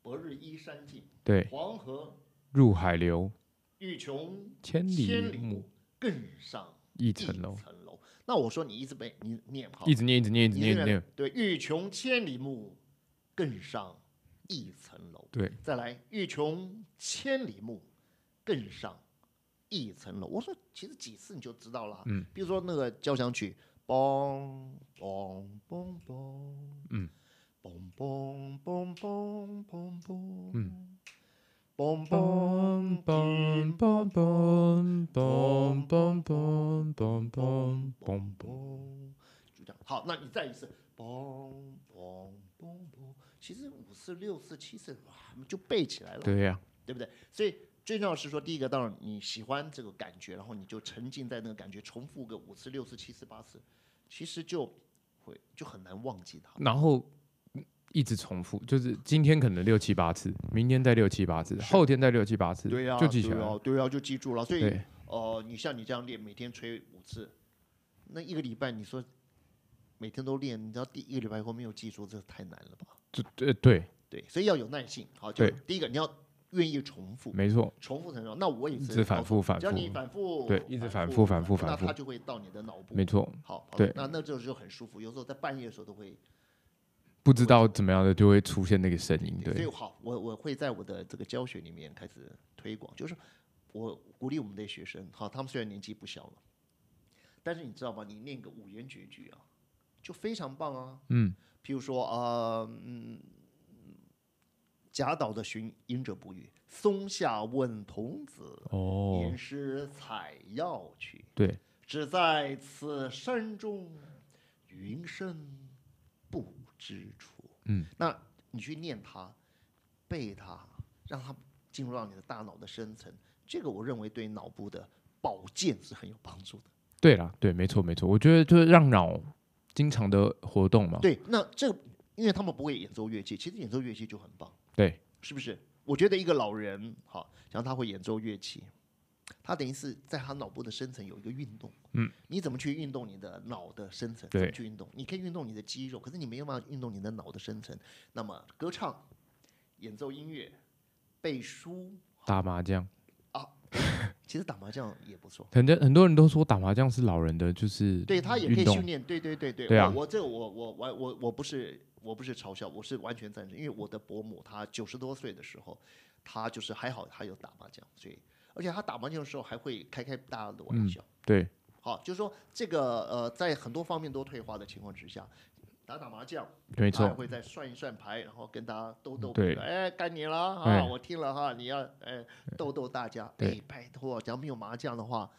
[SPEAKER 2] 白日依山尽，
[SPEAKER 1] 对，
[SPEAKER 2] 黄河
[SPEAKER 1] 入海流，
[SPEAKER 2] 欲穷
[SPEAKER 1] 千
[SPEAKER 2] 千
[SPEAKER 1] 里
[SPEAKER 2] 里
[SPEAKER 1] 目
[SPEAKER 2] 目，更上
[SPEAKER 1] 一
[SPEAKER 2] 一
[SPEAKER 1] 层楼，
[SPEAKER 2] 层楼。那我说你一直背，你念不好，
[SPEAKER 1] 一直念，一直念，一直
[SPEAKER 2] 你
[SPEAKER 1] 念，一
[SPEAKER 2] 这
[SPEAKER 1] 直
[SPEAKER 2] 个
[SPEAKER 1] 念，
[SPEAKER 2] 对，欲穷千里目，更上一层楼。
[SPEAKER 1] 对，
[SPEAKER 2] 再来，欲穷千里目，更上一层楼。我说，其实几次你就知道了。
[SPEAKER 1] 嗯，
[SPEAKER 2] 比如说那个交响曲，嘣嘣嘣嘣，
[SPEAKER 1] 嗯，
[SPEAKER 2] 嘣嘣嘣嘣嘣嘣，
[SPEAKER 1] 嗯，
[SPEAKER 2] 嘣
[SPEAKER 1] 嘣嘣
[SPEAKER 2] 嘣嘣
[SPEAKER 1] 嘣嘣嘣嘣嘣嘣嘣嘣嘣，
[SPEAKER 2] 嘣，就这样。好，那你再一次，嘣嘣嘣嘣。其实五次、六次、七次，哇，就背起来了，
[SPEAKER 1] 对呀、
[SPEAKER 2] 对不对？所以最重要的是说，第一个，当然你喜欢这个感觉，然后你就沉浸在那个感觉，重复个五次、六次、七次、八次，其实就会就很难忘记它。
[SPEAKER 1] 然后一直重复，就是今天可能六七八次，明天再六七八次，后天再六七八次，
[SPEAKER 2] 对呀、
[SPEAKER 1] 就记起
[SPEAKER 2] 对
[SPEAKER 1] 来
[SPEAKER 2] 呀、
[SPEAKER 1] 了。
[SPEAKER 2] 对呀、就记住了。所以
[SPEAKER 1] 对，
[SPEAKER 2] 哦，你像你这样练，每天吹五次，那一个礼拜，你说每天都练，你知道第一个礼拜以后没有记住，这太难了吧？
[SPEAKER 1] 就对对，
[SPEAKER 2] 对，所以要有耐性。好，就
[SPEAKER 1] 对
[SPEAKER 2] 第一个你要愿意重复，
[SPEAKER 1] 没错，
[SPEAKER 2] 重复很重要。那我也
[SPEAKER 1] 一
[SPEAKER 2] 是
[SPEAKER 1] 直反
[SPEAKER 2] 哦
[SPEAKER 1] 复反
[SPEAKER 2] 只要你
[SPEAKER 1] 复，
[SPEAKER 2] 反复，
[SPEAKER 1] 对一直
[SPEAKER 2] 反
[SPEAKER 1] 反复反复
[SPEAKER 2] 那
[SPEAKER 1] 反复
[SPEAKER 2] 它就会到你的脑部。
[SPEAKER 1] 没错，
[SPEAKER 2] 好，好
[SPEAKER 1] 对
[SPEAKER 2] 那那这就很舒服。有时候在半夜的时候都会，
[SPEAKER 1] 不知道怎么样的就会出现那个声音，
[SPEAKER 2] 所以
[SPEAKER 1] 嗯对，
[SPEAKER 2] 好，我我会在我的这个教学里面开始推广，就是我鼓励我们的学生，好，他们虽然年纪不小了，但是你知道吗？你念个五言绝句啊，就非常棒啊。
[SPEAKER 1] 嗯，
[SPEAKER 2] 譬如说啊，嗯，贾岛的《寻隐者不语》，松下问童子，
[SPEAKER 1] 哦，
[SPEAKER 2] 言师采药去，
[SPEAKER 1] 对，
[SPEAKER 2] 只在此山中，云深不知处。
[SPEAKER 1] 嗯，
[SPEAKER 2] 那你去念它，背它，让它进入到你的大脑的深层，这个我认为对脑部的保健是很有帮助的。
[SPEAKER 1] 对啦，对，没错没错，我觉得就是让脑经常的活动嘛，
[SPEAKER 2] 对，那这个因为他们不会演奏乐器，其实演奏乐器就很棒。
[SPEAKER 1] 对，
[SPEAKER 2] 是不是？我觉得一个老人，好，然后他会演奏乐器，他等于是在他脑部的深层有一个运动。嗯，你怎么去运动你的脑的深层？怎么
[SPEAKER 1] 对
[SPEAKER 2] 去运动？你可以运动你的肌肉，可是你没有办法运动你的脑的深层。那么，歌唱、演奏音乐、背书，
[SPEAKER 1] 打麻将，
[SPEAKER 2] 其实打麻将也不错。
[SPEAKER 1] 很多很多人都说打麻将是老人的，就是
[SPEAKER 2] 对他也可
[SPEAKER 1] 运
[SPEAKER 2] 以
[SPEAKER 1] 动
[SPEAKER 2] 训练，对对对对。
[SPEAKER 1] 对啊
[SPEAKER 2] 我我这个我我我我我不是我不是嘲笑，我是完全赞成，因为我的伯母她九十多岁的时候，她就是还好她有打麻将，所以而且她打麻将的时候还会开开大家的
[SPEAKER 1] 嗯
[SPEAKER 2] 玩笑。
[SPEAKER 1] 对
[SPEAKER 2] 好，就是说这个呃，在很多方面都退化的情况之下，打打麻将，
[SPEAKER 1] 没
[SPEAKER 2] 她还
[SPEAKER 1] 错，嗯
[SPEAKER 2] 会再算一算牌，然后跟大家逗逗
[SPEAKER 1] 对
[SPEAKER 2] 比哎，该你了啊，
[SPEAKER 1] 哎
[SPEAKER 2] 我听了哈，你要哎逗逗大家，
[SPEAKER 1] 对
[SPEAKER 2] 哎，拜托，只要没有麻将的话，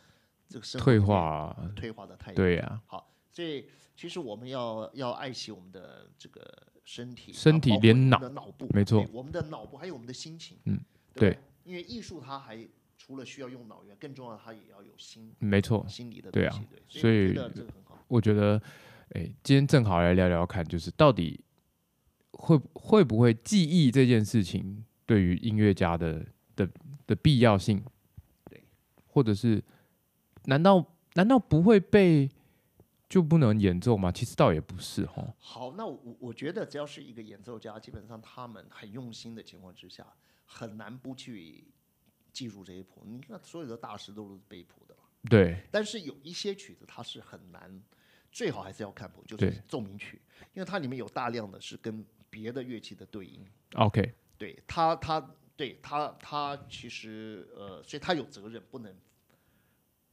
[SPEAKER 2] 这个生活
[SPEAKER 1] 退
[SPEAKER 2] 里面
[SPEAKER 1] 化啊，
[SPEAKER 2] 退化的太严重
[SPEAKER 1] 对呀、啊
[SPEAKER 2] 所以其实我们要要爱惜我们的这个身体，啊
[SPEAKER 1] 身体
[SPEAKER 2] 包括
[SPEAKER 1] 连
[SPEAKER 2] 我们
[SPEAKER 1] 脑
[SPEAKER 2] 的脑部，
[SPEAKER 1] 没错
[SPEAKER 2] 对，我们的脑部还有我们的心情，
[SPEAKER 1] 嗯，
[SPEAKER 2] 对不
[SPEAKER 1] 对
[SPEAKER 2] 对，因为艺术它还除了需要用脑以外，更重要的它也要有心
[SPEAKER 1] 没错，
[SPEAKER 2] 心理的东
[SPEAKER 1] 对
[SPEAKER 2] 西，
[SPEAKER 1] 啊
[SPEAKER 2] 对，
[SPEAKER 1] 所
[SPEAKER 2] 以
[SPEAKER 1] 以
[SPEAKER 2] 我觉得这个很好，
[SPEAKER 1] 我觉得，哎，今天正好来聊聊看，就是到底会会不会记忆这件事情对于音乐家的的的必要性？
[SPEAKER 2] 对，
[SPEAKER 1] 或者是难道难道不会被就不能演奏吗？其实倒也不是哦，
[SPEAKER 2] 好，那我我觉得只要是一个演奏家，基本上他们很用心的情况之下，很难不去记住这一谱。你看所有的大师都是背谱的。
[SPEAKER 1] 对
[SPEAKER 2] 但是有一些曲子它是很难，最好还是要看谱，就是
[SPEAKER 1] 对
[SPEAKER 2] 奏鸣曲，因为它里面有大量的是跟别的乐器的对应。
[SPEAKER 1] ，OK，
[SPEAKER 2] 对它，它对它，它其实呃，所以它有责任，不能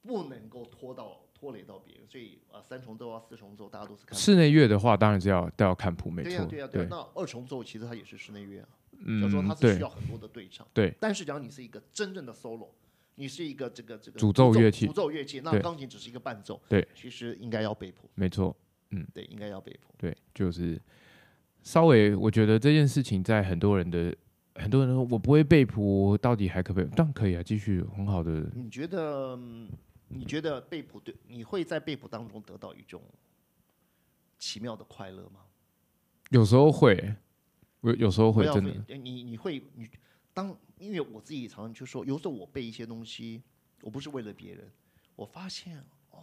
[SPEAKER 2] 不能够拖到拖累到别人。所以啊、呃，三重奏啊，四重奏，大家都是看谱。
[SPEAKER 1] 室内乐的话当然是要都要看谱，没
[SPEAKER 2] 对
[SPEAKER 1] 错，
[SPEAKER 2] 呀、对呀、对呀、那二重奏其实它也是室内乐啊，就说它
[SPEAKER 1] 嗯，
[SPEAKER 2] 是需
[SPEAKER 1] 对
[SPEAKER 2] 要很多的对唱。
[SPEAKER 1] 对
[SPEAKER 2] 但是只要你是一个真正的 solo，你是一个这个这个
[SPEAKER 1] 主奏乐器
[SPEAKER 2] 主奏乐器，那
[SPEAKER 1] 对
[SPEAKER 2] 钢琴只是一个伴奏。
[SPEAKER 1] 对，
[SPEAKER 2] 其实应该要被谱。
[SPEAKER 1] 没错。
[SPEAKER 2] 对，应该要被迫。
[SPEAKER 1] 对，就是稍微，我觉得这件事情在很多人的很多人说，我不会被捕，我到底还可不可以？当然可以啊，继续很好的。
[SPEAKER 2] 你觉得嗯你觉得被捕对，你会在被捕当中得到一种奇妙的快乐吗？
[SPEAKER 1] 有时候会，有有时候
[SPEAKER 2] 不
[SPEAKER 1] 会
[SPEAKER 2] 要
[SPEAKER 1] 真的
[SPEAKER 2] 被，呃你你会你当，因为我自己常常就说，有时候我背一些东西，我不是为了别人，我发现哦，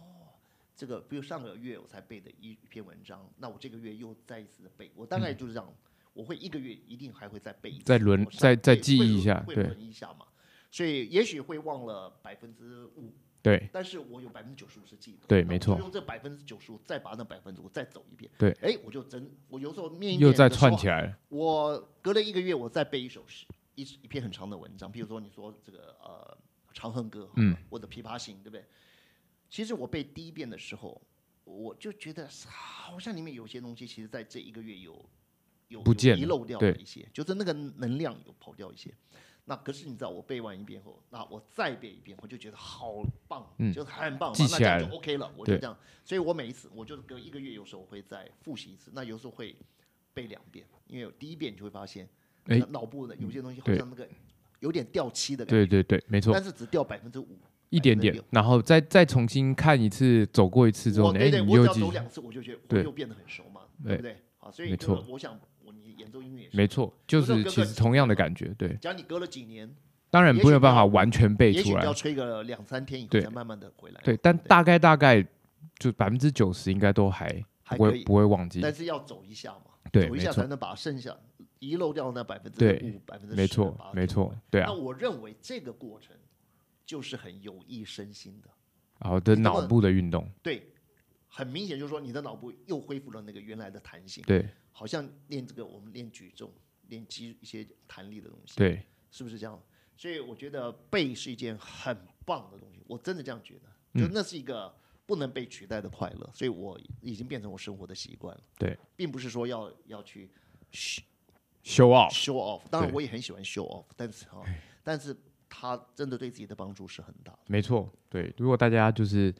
[SPEAKER 2] 这个比如上个月我才背的一篇文章，那我这个月又再一次的背，我大概就是这样，我会一个月一定还会再背一次，
[SPEAKER 1] 嗯再轮
[SPEAKER 2] 我上
[SPEAKER 1] 再再
[SPEAKER 2] 对
[SPEAKER 1] 记
[SPEAKER 2] 会
[SPEAKER 1] 忆一
[SPEAKER 2] 轮
[SPEAKER 1] 下
[SPEAKER 2] 会
[SPEAKER 1] 对
[SPEAKER 2] 轮一下嘛，所以也许会忘了百分之五，
[SPEAKER 1] 对
[SPEAKER 2] 但是我有百分之九十五是记得的，
[SPEAKER 1] 对
[SPEAKER 2] 那
[SPEAKER 1] 没
[SPEAKER 2] 我就
[SPEAKER 1] 错
[SPEAKER 2] 用这百分之九十五再把那百分之五再走一遍，
[SPEAKER 1] 对
[SPEAKER 2] 哎，我就真我有时候面一
[SPEAKER 1] 又
[SPEAKER 2] 面
[SPEAKER 1] 再
[SPEAKER 2] 的时候
[SPEAKER 1] 串起来了。
[SPEAKER 2] 我隔了一个月，我再背一首诗，一一篇很长的文章，比如说你说这个呃《长恨歌》，
[SPEAKER 1] 嗯，
[SPEAKER 2] 或者《琵琶行》，对不对？其实我背第一遍的时候，我就觉得好像里面有些东西，其实在这一个月有有
[SPEAKER 1] 不见
[SPEAKER 2] 有遗
[SPEAKER 1] 了
[SPEAKER 2] 漏掉
[SPEAKER 1] 对
[SPEAKER 2] 了一些，就是那个能量有跑掉一些。那可是你知道，我背完一遍后，那我再背一遍，我就觉得好棒，
[SPEAKER 1] 嗯
[SPEAKER 2] 就是还很棒嘛，
[SPEAKER 1] 记
[SPEAKER 2] 那
[SPEAKER 1] 起
[SPEAKER 2] 这样
[SPEAKER 1] 来
[SPEAKER 2] 就 OK 了。我就
[SPEAKER 1] 对
[SPEAKER 2] 这样，所以我每一次，我就是隔一个月，有时候会再复习一次，那有时候会背两遍，因为有第一遍你就会发现，
[SPEAKER 1] 哎
[SPEAKER 2] 那脑部的有些东西好
[SPEAKER 1] 对
[SPEAKER 2] 像那个有点掉漆的感觉，
[SPEAKER 1] 对对对，没错
[SPEAKER 2] 但，是只掉百分之五，
[SPEAKER 1] 一点点
[SPEAKER 2] 6%，
[SPEAKER 1] 然后再再重新看一次，走过一次之后
[SPEAKER 2] 我
[SPEAKER 1] 呢，
[SPEAKER 2] 哦对
[SPEAKER 1] 哎，
[SPEAKER 2] 对，
[SPEAKER 1] 你
[SPEAKER 2] 我只
[SPEAKER 1] 又
[SPEAKER 2] 要
[SPEAKER 1] 记
[SPEAKER 2] 走，两次，我就觉得我
[SPEAKER 1] 对
[SPEAKER 2] 又变得很熟嘛，
[SPEAKER 1] 对
[SPEAKER 2] 对不对？好，所以
[SPEAKER 1] 没
[SPEAKER 2] 这个
[SPEAKER 1] 错
[SPEAKER 2] 我想我你演奏音乐也是
[SPEAKER 1] 没，错，就
[SPEAKER 2] 有时候
[SPEAKER 1] 是
[SPEAKER 2] 跟
[SPEAKER 1] 其
[SPEAKER 2] 个
[SPEAKER 1] 实同样的感觉，对。
[SPEAKER 2] 假如你隔了几年，
[SPEAKER 1] 当然
[SPEAKER 2] 也
[SPEAKER 1] 没有
[SPEAKER 2] 许
[SPEAKER 1] 办
[SPEAKER 2] 要
[SPEAKER 1] 法完全背
[SPEAKER 2] 也许
[SPEAKER 1] 出
[SPEAKER 2] 你
[SPEAKER 1] 来
[SPEAKER 2] 要，吹个两三天以后
[SPEAKER 1] 对
[SPEAKER 2] 才慢慢的回来，
[SPEAKER 1] 对，但大概大概就百分之九十应该都还
[SPEAKER 2] 还
[SPEAKER 1] 不
[SPEAKER 2] 可
[SPEAKER 1] 会
[SPEAKER 2] 以，
[SPEAKER 1] 不会忘记，
[SPEAKER 2] 但是要走一下嘛，
[SPEAKER 1] 对
[SPEAKER 2] 走一
[SPEAKER 1] 没
[SPEAKER 2] 下
[SPEAKER 1] 错
[SPEAKER 2] 才能把剩下遗漏掉那百分之
[SPEAKER 1] 对
[SPEAKER 2] 五、百分之
[SPEAKER 1] 没错没错，对啊
[SPEAKER 2] 那，我认为这个过程就是很有益身心的，
[SPEAKER 1] 然后的
[SPEAKER 2] 你这
[SPEAKER 1] 脑
[SPEAKER 2] 么
[SPEAKER 1] 部的运动，
[SPEAKER 2] 对，很明显就是说你的脑部又恢复了那个原来的弹性，
[SPEAKER 1] 对
[SPEAKER 2] 好像练这个我们练举重、练肌一些弹力的东西，
[SPEAKER 1] 对，
[SPEAKER 2] 是不是这样？所以我觉得背是一件很棒的东西，我真的这样觉
[SPEAKER 1] 嗯
[SPEAKER 2] 得，就那是一个不能被取代的快乐，所以我已经变成我生活的习惯了。
[SPEAKER 1] 对，
[SPEAKER 2] 并不是说要要去
[SPEAKER 1] show off，
[SPEAKER 2] show off，当
[SPEAKER 1] 对
[SPEAKER 2] 然
[SPEAKER 1] 哎
[SPEAKER 2] 我也很喜欢 show off，但是啊，但是它真的对自己的帮助是很大的。
[SPEAKER 1] 没错，对，如果大家就是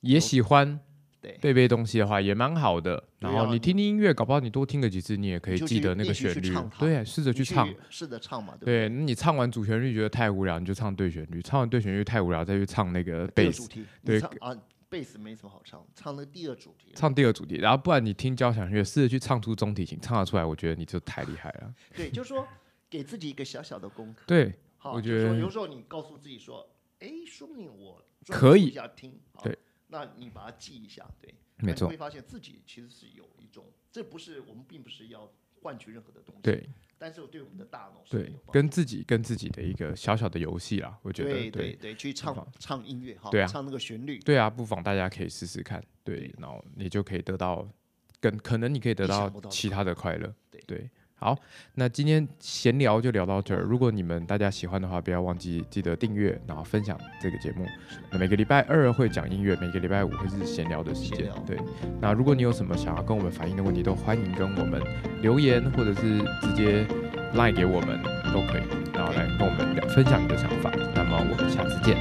[SPEAKER 1] 也喜欢
[SPEAKER 2] 对，
[SPEAKER 1] 背背东西的话，也蛮好的，
[SPEAKER 2] 对
[SPEAKER 1] 然
[SPEAKER 2] 啊
[SPEAKER 1] 后你听听音乐，搞不好你多听个几次，你也可以
[SPEAKER 2] 你就
[SPEAKER 1] 记
[SPEAKER 2] 去
[SPEAKER 1] 得那个
[SPEAKER 2] 练习
[SPEAKER 1] 旋
[SPEAKER 2] 去
[SPEAKER 1] 律
[SPEAKER 2] 唱，它
[SPEAKER 1] 对，试着
[SPEAKER 2] 你
[SPEAKER 1] 去唱。，
[SPEAKER 2] 试着唱嘛，对不
[SPEAKER 1] 对，那你唱完主旋律觉得太无聊，你就唱对旋律；唱完对旋律太无聊，再去唱那个
[SPEAKER 2] 第
[SPEAKER 1] 贝
[SPEAKER 2] 二
[SPEAKER 1] 斯
[SPEAKER 2] 主，题，
[SPEAKER 1] 对
[SPEAKER 2] 你唱啊，贝斯没什么好唱，唱那个第二主题。
[SPEAKER 1] 唱第二主题。然后不然你听交响乐，试着去唱出中提琴，唱得出来，我觉得你就太厉害了。
[SPEAKER 2] 对，就是说给自己一个小小的功课。
[SPEAKER 1] 对，
[SPEAKER 2] 好，
[SPEAKER 1] 我
[SPEAKER 2] 就
[SPEAKER 1] 觉
[SPEAKER 2] 是说
[SPEAKER 1] 得
[SPEAKER 2] 有时候你告诉自己说，哎，说不定我专
[SPEAKER 1] 可
[SPEAKER 2] 注
[SPEAKER 1] 以
[SPEAKER 2] 一下听，好
[SPEAKER 1] 对，
[SPEAKER 2] 那你把它记一下，对，那
[SPEAKER 1] 没
[SPEAKER 2] 你
[SPEAKER 1] 错
[SPEAKER 2] 会，发现自己其实是有一种，这不是我们并不是要换取任何的东西，，
[SPEAKER 1] 对
[SPEAKER 2] 但是对我们的大脑是
[SPEAKER 1] 对
[SPEAKER 2] 有，帮
[SPEAKER 1] 跟自己跟自己的一个小小的游戏啦，我觉得
[SPEAKER 2] 对对对，去
[SPEAKER 1] 好
[SPEAKER 2] 唱唱音乐哈，
[SPEAKER 1] 对啊
[SPEAKER 2] 唱那个旋律，
[SPEAKER 1] 对啊，不妨大家可以试试看，对
[SPEAKER 2] 对，
[SPEAKER 1] 然后你就可以得到，跟可能你可以得
[SPEAKER 2] 意想
[SPEAKER 1] 到
[SPEAKER 2] 不到的
[SPEAKER 1] 其他的快乐，
[SPEAKER 2] 对
[SPEAKER 1] 好，那今天闲聊就聊到这儿。如果你们大家喜欢的话，不要忘记记得订阅，然后分享这个节目。那每个礼拜二会讲音乐，每个礼拜五会是闲聊的时
[SPEAKER 2] 闲
[SPEAKER 1] 间
[SPEAKER 2] 聊。
[SPEAKER 1] 对，那如果你有什么想要跟我们反映的问题，都欢迎跟我们留言，或者是直接 line 给我们都可以，然后来跟我们聊分享你的想法。那么我们下次见，